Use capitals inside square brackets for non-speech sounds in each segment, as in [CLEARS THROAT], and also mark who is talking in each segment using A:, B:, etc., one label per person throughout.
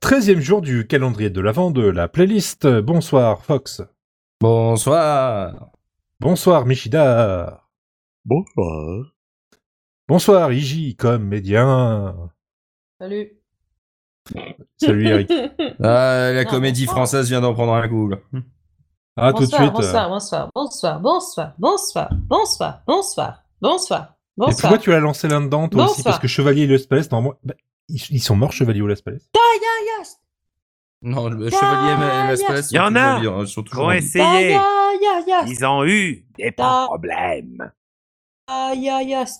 A: 13e jour du calendrier de l'Avent de la playlist. Bonsoir Fox.
B: Bonsoir.
A: Bonsoir Michida.
C: Bonsoir.
A: Bonsoir Iji comme médien.
D: [LAUGHS]
E: Salut.
A: Salut
E: [LAUGHS]
A: Eric.
B: Ah, la
E: Non,
B: comédie
E: bonsoir.
B: française vient d'en prendre un coup. là.
D: Hmm.
A: Ah tout de
E: bonsoir,
A: suite.
E: bonsoir, bonsoir, bonsoir, bonsoir, bonsoir, bonsoir, bonsoir, bonsoir,
A: Et pourquoi
E: bonsoir.
A: tu l'as lancé là-dedans toi aussi
E: Bonsoir.
A: Parce que Chevalier et Las Palais, normalement... bah, ils, ils sont morts Chevalier ou Las Palais
E: Yes,
B: Non, le chevalier
E: Ah,
B: et la
E: yes.
B: Spalette sont
D: Y en
B: toujours
D: a.
B: bien, ils sont
D: Ils
B: toujours
D: ont
B: bien.
D: essayé.
E: Ah, yeah, yeah, yes.
D: Ils ont eu des
E: Da-
D: problèmes.
E: Ah, yeah, yes.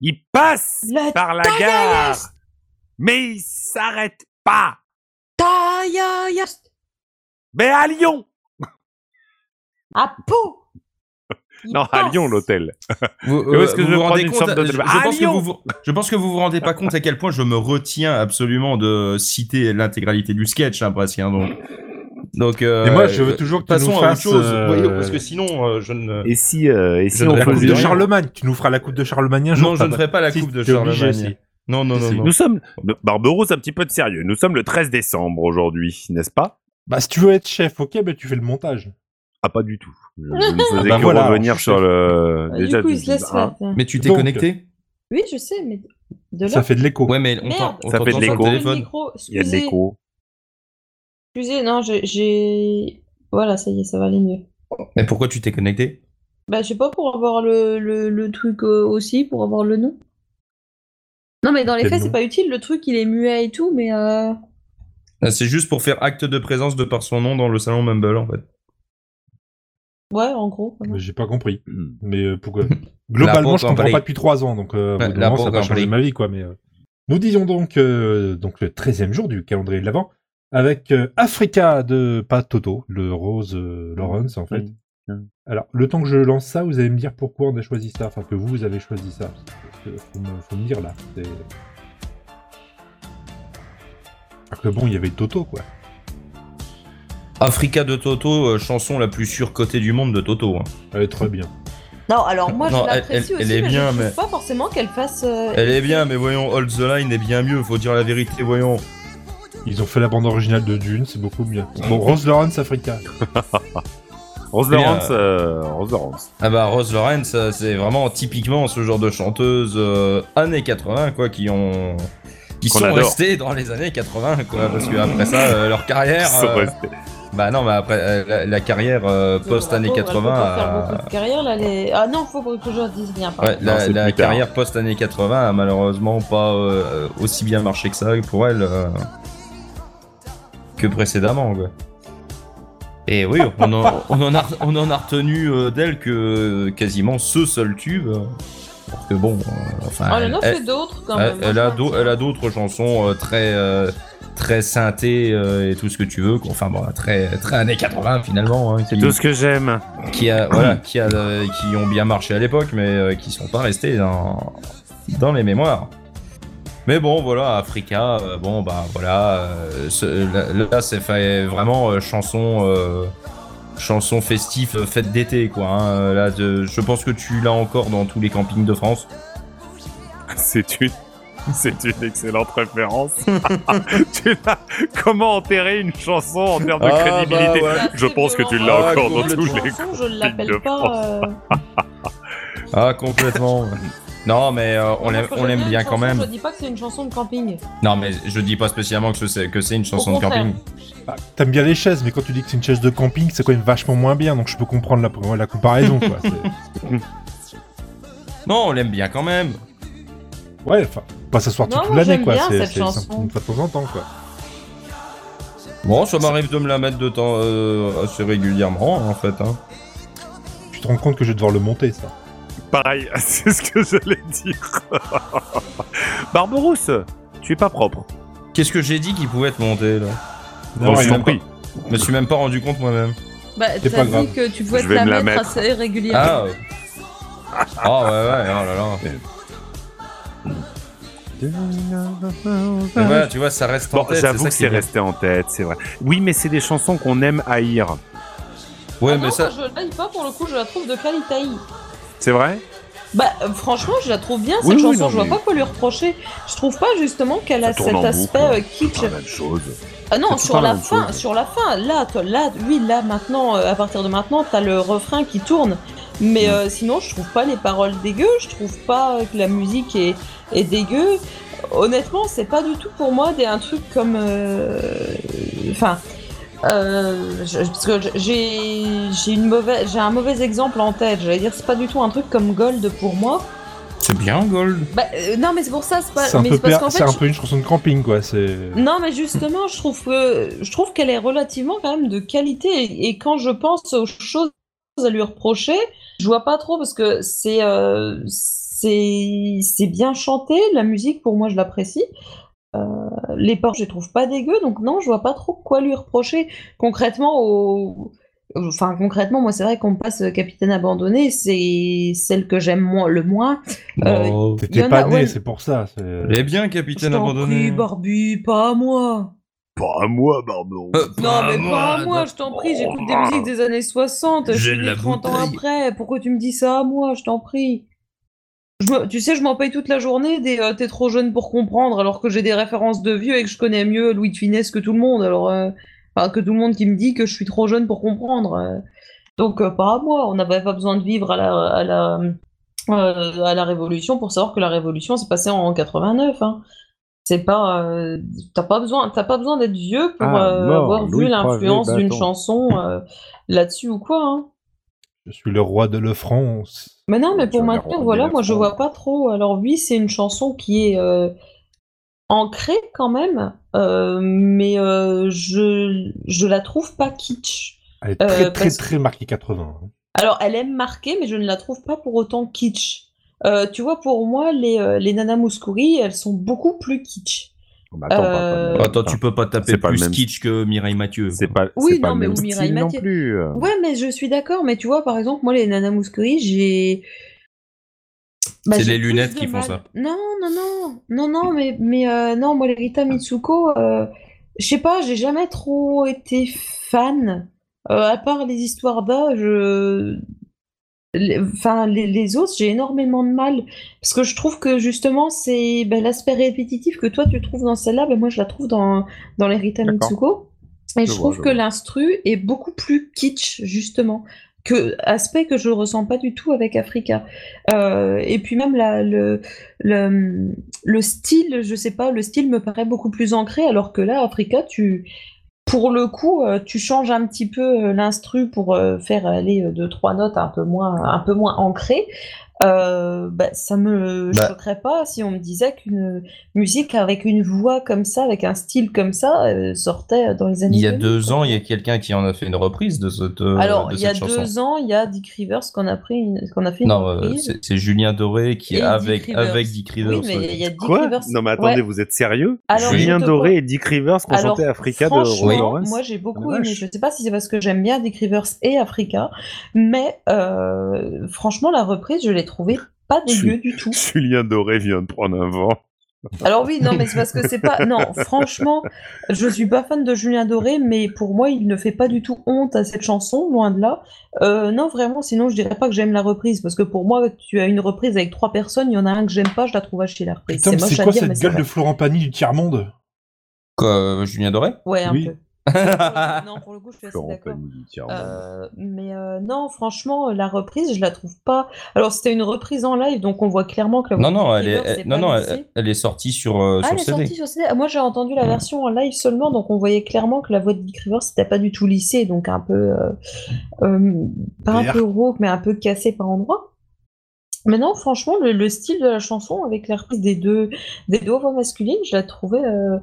D: Ils passent
E: Le
D: par la
E: Taya,
D: gare,
E: yes.
D: mais ils s'arrêtent pas.
E: Ta- yeah, yes.
D: Mais à Lyon.
E: À Pau. Il
D: Non, à
E: passe.
D: Lyon, l'hôtel.
B: Vous, euh,
D: Et où est-ce que je vais
B: vous
D: prendre
B: rendez
D: une
B: compte
D: sorte de-
B: je, je
D: Ah,
B: pense que
D: Lyon
B: vous, vous- je pense que vous vous rendez pas compte à quel point je me retiens absolument de citer l'intégralité du sketch, hein, presque. hein, donc, donc euh,
A: Mais moi je veux toujours que tu
B: passons
A: nous
B: à
A: fasses
B: autre chose,
A: euh,
B: voyons, parce que sinon euh, je ne.
D: Et si, euh, et
B: Je
D: si
B: ne
D: on
B: la coupe
A: la coupe
D: faisait
A: de
B: rien.
A: Charlemagne. Tu nous feras la coupe de Charlemagne un jour.
B: non, je ne
A: papa.
B: ferai pas la
A: Si,
B: coupe de
A: t'es obligé,
B: Charlemagne. Non, non, non,
A: Si.
B: non.
D: Nous sommes, Barberousse, un petit peu de sérieux. Nous sommes le 13 décembre aujourd'hui, n'est-ce pas
A: Bah si tu veux être chef, ok, bah tu fais le montage.
D: Ah, pas du tout. [LAUGHS] Je, je ne faisais
A: Bah
D: que
A: voilà,
D: revenir
A: je
D: sur
A: sais.
D: le.
E: Bah,
D: déjà,
E: du coup,
D: je
E: il se
D: dis,
E: laisse
D: hein,
E: faire.
B: Mais tu t'es
A: Donc. euh,
B: connecté
E: Oui, je sais, mais de là.
A: Ça fait de l'écho.
B: Ouais, mais on
E: Merde.
B: t'en- on
D: Ça fait de
B: t'entend sur
D: l'écho.
B: le téléphone.
E: micro.
D: Il y a de
E: excusez.
D: l'écho.
E: Excusez, non, j'ai- j'ai. Voilà, ça y est, ça va aller mieux.
B: Mais pourquoi tu t'es connecté
E: Bah, je sais pas, pour avoir le, le, le truc euh, aussi, pour avoir le nom. Non, mais dans les
A: Quel
E: faits,
A: nom
E: c'est pas utile. Le truc, il est muet et tout, mais. Euh...
B: Ah, C'est juste pour faire acte de présence de par son nom dans le salon Mumble, en fait.
E: Ouais, en gros. voilà.
A: Mais J'ai pas compris.
D: Hmm.
A: Mais euh, pourquoi Globalement,
B: peau
A: je comprends
B: cambrée.
A: pas depuis trois ans, donc euh, au bout
B: Ouais,
A: d'un
B: la
A: moment,
B: peau
A: ça va changer
B: cambrée.
A: ma vie, quoi. Mais euh, nous disons donc euh, donc le 13e jour du calendrier de l'avant avec euh, Africa de pas Toto, le Rose euh, Lawrence en fait.
D: Mm.
A: Alors le temps que je lance ça, vous allez me dire pourquoi on a choisi ça, enfin que vous, vous avez choisi ça. Parce que Faut me, faut me dire là. c'est- Alors que bon, il y avait Toto quoi.
B: Africa de Toto, euh, chanson la plus surcotée du monde de Toto. hein.
A: Elle est très bien.
E: Non, alors moi,
B: Non,
E: je
B: elle-
E: l'apprécie
B: elle-
E: aussi,
B: elle est
E: mais
B: bien,
E: je trouve
B: mais-
E: pas forcément qu'elle fasse. euh,
B: Elle est bien, mais voyons, Hold the Line est bien mieux, faut dire la vérité, voyons.
A: Ils ont fait la bande originale de Dune, c'est beaucoup mieux. Bon, Rose Lawrence Africa.
D: Rose
B: Mais,
D: Lawrence, euh, Rose Lawrence.
B: Ah bah, Rose Lawrence, euh, c'est vraiment typiquement ce genre de chanteuse euh, années 80, quoi, qui ont. qui
D: Qu'on
B: sont
D: adore.
B: restées dans les années 80, quoi, parce que après ça, euh, leur carrière.
D: Ils sont
B: euh,
D: restés.
B: bah non, mais après, euh, la, la carrière euh,
E: Zola
B: post-années euh,
E: Pauvre, elle peut
B: 80.
E: pas faire
B: a-
E: beaucoup de carrière, là, les- Ah non, faut que je dise bien. pardon.
B: Ouais, la,
D: Ah, c'est
B: la
D: plus tard.
B: carrière post-années 80 a malheureusement pas euh, aussi bien marché que ça pour elle euh, que précédemment. quoi.
D: [LAUGHS]
B: Et oui, on en, on en a, on en a retenu euh, d'elle que euh, quasiment ce seul tube. euh, Parce que bon, euh, enfin,
E: Oh, elle
B: elle,
E: en a fait
B: elle-
E: d'autres quand
B: elle-
E: même.
B: elle a d'au- elle a d'autres chansons euh, très, euh, très synthées euh, et tout ce que tu veux. quoi. Enfin bon, très, très années 80 finalement. hein, qui-
D: Tout ce que j'aime.
B: qui a [CLEARS THROAT] voilà qui a euh, qui ont bien marché à l'époque mais euh, qui sont pas restés dans dans les mémoires mais bon voilà Africa euh, bon bah voilà euh, ce- là, là, c'est fait vraiment euh, chanson euh, chanson festif euh, fête d'été quoi hein. Euh, là de- je pense que tu l'as encore dans tous les campings de France
D: C'est une. C'est une excellente référence. [LAUGHS] tu l'as- Comment enterrer une chanson en termes de
B: Ah, bah,
D: crédibilité
B: ouais.
D: Je pense que tu
B: l'as
D: l'as
B: Ah,
D: encore dans tous
B: complètement.
D: les.
E: Je
D: de
E: l'appelle pas. euh,
B: ah complètement non mais euh, on
E: moi,
B: l'aime
E: quand
B: on
E: j'aime
B: l'aime
E: une
B: bien
E: chanson,
B: quand même
E: Je dis pas que c'est une chanson de camping.
B: non mais je dis pas spécialement que c'est que c'est une chanson de
E: contraire.
B: camping
A: Ah, T'aimes bien les chaises, mais quand tu dis que c'est une chaise de camping, c'est quand même vachement moins bien, donc je peux comprendre la, la comparaison. Quoi.
C: [LAUGHS]
A: C'est-
B: non on l'aime bien quand même
A: Ouais, enfin, pas s'asseoir toute
E: Non, moi,
A: l'année,
E: j'aime
A: quoi.
E: bien
A: C'est
E: cette
A: c'est- c'est
E: chanson.
A: une fois de temps en temps, quoi.
B: Bon, ça m'arrive de me la mettre de temps euh, assez régulièrement en fait. Hein.
A: Tu te rends compte que je vais devoir le monter, ça.
D: Pareil, [LAUGHS] c'est ce que j'allais dire. [LAUGHS] Barberousse, tu es pas propre. Oh,
B: Qu'est-ce que j'ai dit qu'il pouvait être monté là
A: Non,
B: je
A: il
B: suis
A: a
B: même
D: compris.
B: pas- me suis même pas rendu compte moi-même.
E: Bah,
A: C'est pas
E: t'as
A: grave.
E: dit que tu pouvais
D: Je
E: te
D: vais
E: la
D: me la
E: mettre,
D: mettre.
E: assez régulièrement.
B: Ah. euh. Ah ouais ouais oh là là. Mais voilà, tu vois ça reste en
D: Bon,
B: tête.
D: j'avoue
B: ça
D: que
B: qui
D: c'est
B: est bien.
D: resté en tête, c'est vrai. Oui, mais c'est des chansons qu'on aime haïr.
B: Ouais
E: Ah
B: mais
E: non,
B: ça
E: moi, Je l'aime pas pour le coup, je la trouve de qualité.
D: C'est vrai
E: Bah, euh, franchement, je la trouve bien cette
D: Oui, oui,
E: chanson.
D: non,
E: je vois
D: mais-
E: pas quoi lui reprocher. Je trouve pas justement qu'elle
C: Ça
E: a
C: tourne
E: cet
C: en boucle,
E: aspect
C: hein.
E: euh, kitsch.
C: C'est la même chose.
E: Ah non,
C: C'est tout
E: sur
C: le temps la
E: la
C: même
E: fin,
C: chose.
E: sur la fin, là, toi, là, oui, là, maintenant, euh, à partir de maintenant, t'as le refrain qui tourne. Mais
A: Mm.
E: euh, sinon, je trouve pas les paroles dégueu, je trouve pas que la musique est, est dégueu. Honnêtement, c'est pas du tout pour moi des, un truc comme. euh, Enfin. euh, je- parce que j'ai j'ai une mauvaise j'ai un mauvais exemple en tête. J'allais dire c'est pas du tout un truc comme Gold pour moi.
B: C'est bien, Gold.
E: Bah, euh, non mais c'est pour ça c'est pas.
A: C'est un,
E: mais
A: peu
E: c'est parce
A: per-
E: qu'en fait, Mm.
A: c'est un
E: je-
A: peu une chanson de camping, quoi. C'est...
E: non, mais justement, je trouve que je trouve qu'elle est relativement quand même de qualité. Et, et quand je pense aux choses à lui reprocher, je vois pas trop parce que c'est euh, c'est c'est bien chanté. La musique, pour moi, je l'apprécie. Euh, les paroles, je les trouve pas dégueu. Donc non, je vois pas trop quoi lui reprocher concrètement au. Enfin, concrètement, moi, c'est vrai qu'on me passe euh, Capitaine Abandonné, c'est celle que j'aime moins- le moins. Euh,
B: Oh.
E: Il y
A: T'étais
E: en
A: pas
E: a-
A: né,
E: ouais.
A: c'est pour ça. c'est-
B: Eh bien,
E: Je
B: capitaine
E: t'en prie,
B: abandonné.
E: Barbie, pas à moi.
C: Pas à moi, Barbon.
B: Euh,
E: Non, mais
B: moi,
E: pas à moi,
B: non.
E: je t'en prie, j'écoute des
C: Oh,
E: musiques des années 60, je
B: j'ai
E: suis
B: de
E: né
B: la
E: 30 ans
B: bouteille.
E: après, pourquoi tu me dis ça à moi, je t'en prie Je me- Tu sais, je m'en paye toute la journée des euh, t'es trop jeune pour comprendre, alors que j'ai des références de vieux et que je connais mieux Louis de Funès que tout le monde, alors. euh, enfin, que tout le monde qui me dit que je suis trop jeune pour comprendre. euh. Donc, euh, pas à moi, on n'avait pas besoin de vivre à la. À la euh, à la Révolution pour savoir que la Révolution s'est passée en 89. hein. C'est pas, euh, t'as pas besoin, t'as pas besoin d'être vieux pour
D: Ah,
E: euh,
D: mort,
E: avoir vu
D: Louis
E: l'influence
D: Croiset,
E: d'une
D: bâton.
E: chanson euh, là-dessus ou quoi. hein.
A: Je suis le roi de la France.
E: Mais non, mais pour
D: Tu vas
E: maintenir,
D: leur
E: voilà,
D: enlever la
E: moi je
D: forme.
E: vois pas trop. Alors oui, c'est une chanson qui est euh, ancrée quand même, euh, mais euh, je je la trouve pas kitsch.
A: Elle est très,
E: Euh,
A: très,
E: parce-
A: très marquée 80. hein.
E: Alors elle aime marquer, mais je ne la trouve pas pour autant kitsch. Euh, tu vois, pour moi, les, euh, les nanas Mouskouri, elles sont beaucoup plus kitsch.
D: Mais attends, pas- pas le
E: Euh,
D: même.
B: Attends, Ah, tu peux pas taper
D: C'est pas le
B: plus
D: même-
B: kitsch que Mireille Mathieu.
D: C'est pas,
E: Oui,
D: c'est pas
E: non,
D: le
E: mais
D: même
E: ou Mireille
D: style non
E: Mathieu.
D: plus.
E: Ouais, mais je suis d'accord, mais tu vois, par exemple, moi, les nanas Mouskouri, j'ai. Bah,
B: C'est
E: j'ai
B: les
E: plus
B: lunettes
E: de
B: qui font
E: mal.
B: ça.
E: Non, non, non, non, non, mais, mais euh, non, moi, les
B: Ah.
E: Rita Mitsuko, euh, je sais pas, j'ai jamais trop été fan. Euh, à part les histoires d'âge, je... les- enfin, les, les autres, j'ai énormément de mal. Parce que je trouve que justement, c'est ben, l'aspect répétitif que toi, tu trouves dans celle-là, ben, moi, je la trouve dans, dans les Rita
D: D'accord.
E: Mitsuko.
D: Je
E: Et je,
D: vois,
E: trouve
D: je
E: que
D: vois.
E: l'instru est beaucoup plus kitsch, justement, que aspect que je ressens pas du tout avec Africa. Euh, et puis même la, le, le, le style, je sais pas, le style me paraît beaucoup plus ancré, alors que là, Africa, tu, pour le coup, euh, tu changes un petit peu euh, l'instru pour euh, faire aller euh, deux, trois notes un peu moins, un peu moins ancrées. Euh, bah, ça me
B: Bah.
E: choquerait pas si on me disait qu'une musique avec une voix comme ça, avec un style comme ça, euh, sortait dans les années
B: Il y a
E: 2000,
B: deux
E: quoi.
B: ans, il y a quelqu'un qui en a fait une reprise de cette, euh,
E: Alors,
B: de
E: il y a
B: cette chanson.
E: deux ans, il y a Dick Rivers qu'on a, pris une- qu'on a fait une
B: Non, euh,
E: reprise.
B: c'est c'est Julien Doré qui
E: Et
B: est avec,
E: Dick Rivers.
B: avec Dick Rivers.
E: Oui, mais il y a Dick
D: Quoi
E: Rivers.
D: Non, mais attendez,
E: Ouais.
D: vous êtes sérieux
E: Alors,
D: Julien
E: je te
D: Doré
E: crois-
D: et Dick Rivers qui ont
E: Alors,
D: chanté Africa de
E: franchement,
D: Roy Lawrence.
E: Moi, j'ai beaucoup
D: Ah, la
E: aimé.
D: vache.
E: Je sais pas si c'est parce que j'aime bien Dick Rivers et Africa, mais euh, franchement, la reprise, je l'ai trouvée pas dégueu du
C: [LAUGHS]
E: tout.
D: Julien Doré vient de prendre un vent.
E: Alors oui, non, mais c'est parce que c'est pas.
D: [LAUGHS]
E: Non, franchement, je suis pas fan de Julien Doré, mais pour moi, il ne fait pas du tout honte à cette chanson, loin de là. Euh, non, vraiment, sinon, je dirais pas que j'aime la reprise, parce que pour moi, tu as une reprise avec trois personnes, il y en a un que j'aime pas, je la trouve à chier la reprise.
A: Putain, mais
E: moche
A: c'est
E: à
A: quoi
E: dire, mais
A: cette
E: c'est
A: gueule
E: vrai.
A: de Florent Pagny du tiers-monde
B: Quoi, euh, Julien Doré
E: [LAUGHS] Ouais, un
A: Oui.
E: peu. non, pour le coup, je suis assez
D: Florent
E: d'accord.
D: Pagny, tiens,
E: Euh, mais euh, non, franchement, la reprise, je la trouve pas. Alors, c'était une reprise en live, donc on voit clairement que la
B: Non,
E: voix
B: non,
E: de
B: elle
E: Taylor,
B: est,
E: c'est
B: elle- non,
E: pas
B: non,
E: mixée.
B: elle, elle est sortie sur, euh,
E: Ah,
B: sur
E: elle est
B: CD.
E: sortie sur CD. Ah, Moi, j'ai entendu la
B: Mm.
E: version en live seulement, donc on voyait clairement que la voix de Dick Rivers, c'était pas du tout lissée, donc un peu. euh, euh, pas un
A: Vert.
E: peu rauque, mais un peu cassé par endroits. Mais non, franchement, le, le style de la chanson, avec la reprise des deux, des deux voix masculines, je la trouvais. euh,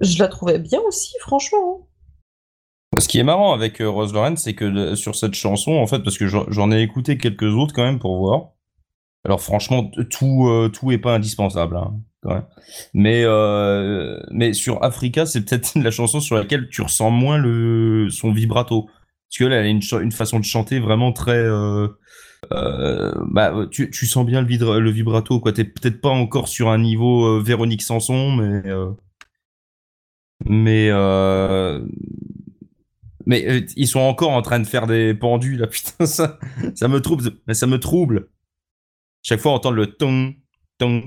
E: je la trouvais bien aussi, franchement. hein.
B: Ce qui est marrant avec euh, Rose Lauren, c'est que le- sur cette chanson, en fait, parce que j'en- j'en ai écouté quelques autres quand même pour voir. Alors franchement, t- tout euh, tout est pas indispensable, hein, quand même. Mais euh, mais sur Africa, c'est peut-être [LAUGHS] la chanson sur laquelle tu ressens moins le son vibrato, parce que là, elle a une, ch- une façon de chanter vraiment très. euh, euh, bah, tu, tu sens bien le, vidra- le vibrato, quoi. T'es peut-être pas encore sur un niveau euh, Véronique Sanson, mais euh, mais euh, mais euh, ils sont [LAUGHS] encore en train de faire des pendus là, putain, ça, ça me trouble, ça me trouble. Chaque fois, entendre le tong, tong.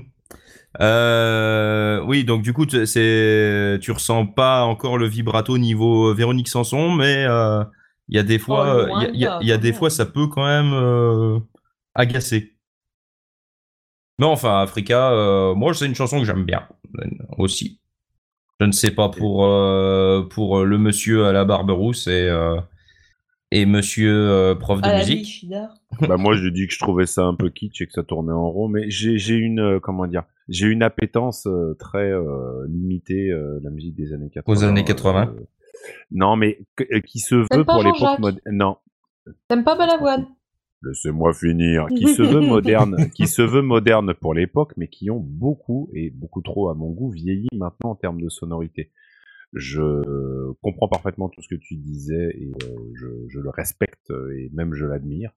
B: Euh, oui, donc du coup, t- c'est, tu ressens pas encore le vibrato niveau euh, Véronique Sanson, mais euh, il y a des
E: Oh,
B: fois, il y
E: loin
B: a- il y a-
E: de là,
B: il y a des
E: quand
B: fois,
E: même.
B: ça peut quand même euh, agacer. Mais enfin, Africa, euh, moi, c'est une chanson que j'aime bien euh, aussi. Je ne sais pas pour euh, pour le monsieur à la barbe rousse et euh, et monsieur euh, prof de
E: à Ah, la
B: musique.
E: Bichida.
C: bah moi j'ai dit que je trouvais ça un peu kitsch et que ça tournait en rond, mais j'ai j'ai une euh, comment dire, j'ai une appétence euh, très euh, limitée euh, la musique des années 80.
B: Aux années
C: euh,
B: 80.
C: euh, non mais que- euh, qui se veut
E: pas
C: pour l'époque
E: Jean-Jacques
C: moderne. Non,
E: T'aimes pas Balavoine
C: laissez-moi finir. Qui
E: [LAUGHS]
C: se veut moderne, qui se veut moderne pour l'époque, mais qui ont beaucoup et beaucoup trop à mon goût vieilli maintenant en termes de sonorité. Je comprends parfaitement tout ce que tu disais et euh, je, je le respecte et même je l'admire.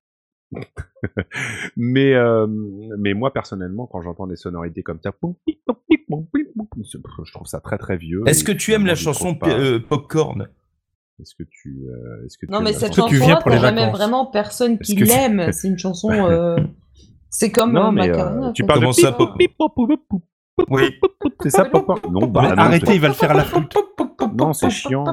C: [LAUGHS] mais euh, mais moi personnellement quand j'entends des sonorités comme ça, poum, pip, pom, pip, pom, pip, pom, je trouve ça très très vieux.
B: Est-ce
C: Et
B: que tu aimes la
C: finalement, je trouve
B: chanson
C: pas-
B: P- euh, Popcorn
C: Est-ce que tu euh, est-ce que tu
E: Non,
C: aimes
E: mais
C: la
E: cette
A: Est-ce que bah, tu
C: chanson
A: viens
E: chanson-là,
A: pour les
E: t'as jamais
A: vacances
E: vraiment personne qui
C: Est-ce que tu-
E: l'aime. C'est une chanson. euh, C'est comme
C: Non,
E: euh,
C: mais, euh,
E: Macarena,
C: tu
E: quoi.
C: parles
B: de Comment ça, pop-
C: Pip, pop, pop, pop, pop,
B: Oui.
C: C'est ça pourquoi Non, bah,
A: Mais
C: non,
A: arrêtez, il va le faire à la flûte.
C: Non, c'est chiant.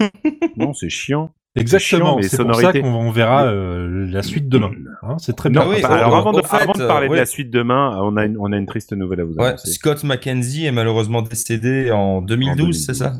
C: c'est- Non, c'est chiant. chiant,
A: Exactement,
C: mais
A: c'est pour ça
C: sonorités.
A: qu'on on verra euh, la suite demain. Hein, c'est très bien.
B: Non, oui,
C: Enfin,
B: au-
C: alors,
B: au-
C: avant, de,
B: au fait,
C: avant de
B: euh,
C: parler
B: ouais.
C: de la suite demain, on a une, on a une triste nouvelle à vous
B: Ouais,
C: annoncer.
B: Scott McKenzie est malheureusement décédé en 2012,
C: En
B: c'est ça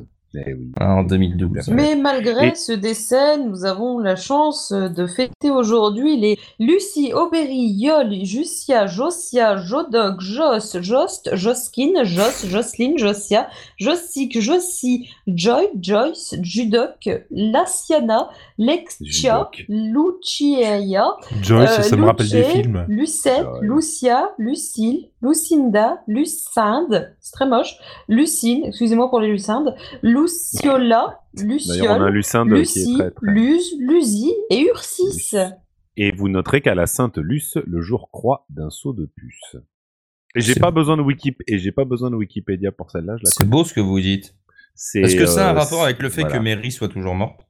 C: Eh oui.
B: Ah, En 2012. ouais.
E: Mais malgré
C: Et-
E: ce décès, nous avons la chance de fêter aujourd'hui les Lucie, Aubéry, Yol, Jussia, Josia, Jodoc, Jos, Jost, Joskin, Jos, Jocelyne, Josia, Josic, Josie, Joy, Joyce, Judoc, Laciana, Lexia,
C: Judoc.
E: Luciea,
A: Joyce,
E: euh,
A: ça me rappelle des
E: Lucet,
A: films.
E: Lucette,
C: Ah ouais.
E: Lucia, Lucille, Lucinda, Lucinde, c'est très moche, Lucine, excusez-moi pour les Lucindes, Luciola,
C: D'ailleurs, on
E: Luciole,
C: a Lucinde qui
E: Lucie,
C: est très, très...
E: Luz, Luzie et Ursis.
C: Luce. Et vous noterez qu'à la Sainte Luce, le jour croît d'un saut de puce. Et j'ai
B: C'est-
C: pas besoin de Wikip et j'ai pas besoin de Wikipédia pour celle-là. je la
B: C'est beau ce que vous dites.
C: connais.
B: Est-ce que ça a un
C: euh,
B: rapport avec le fait
C: voilà.
B: que Mary soit toujours morte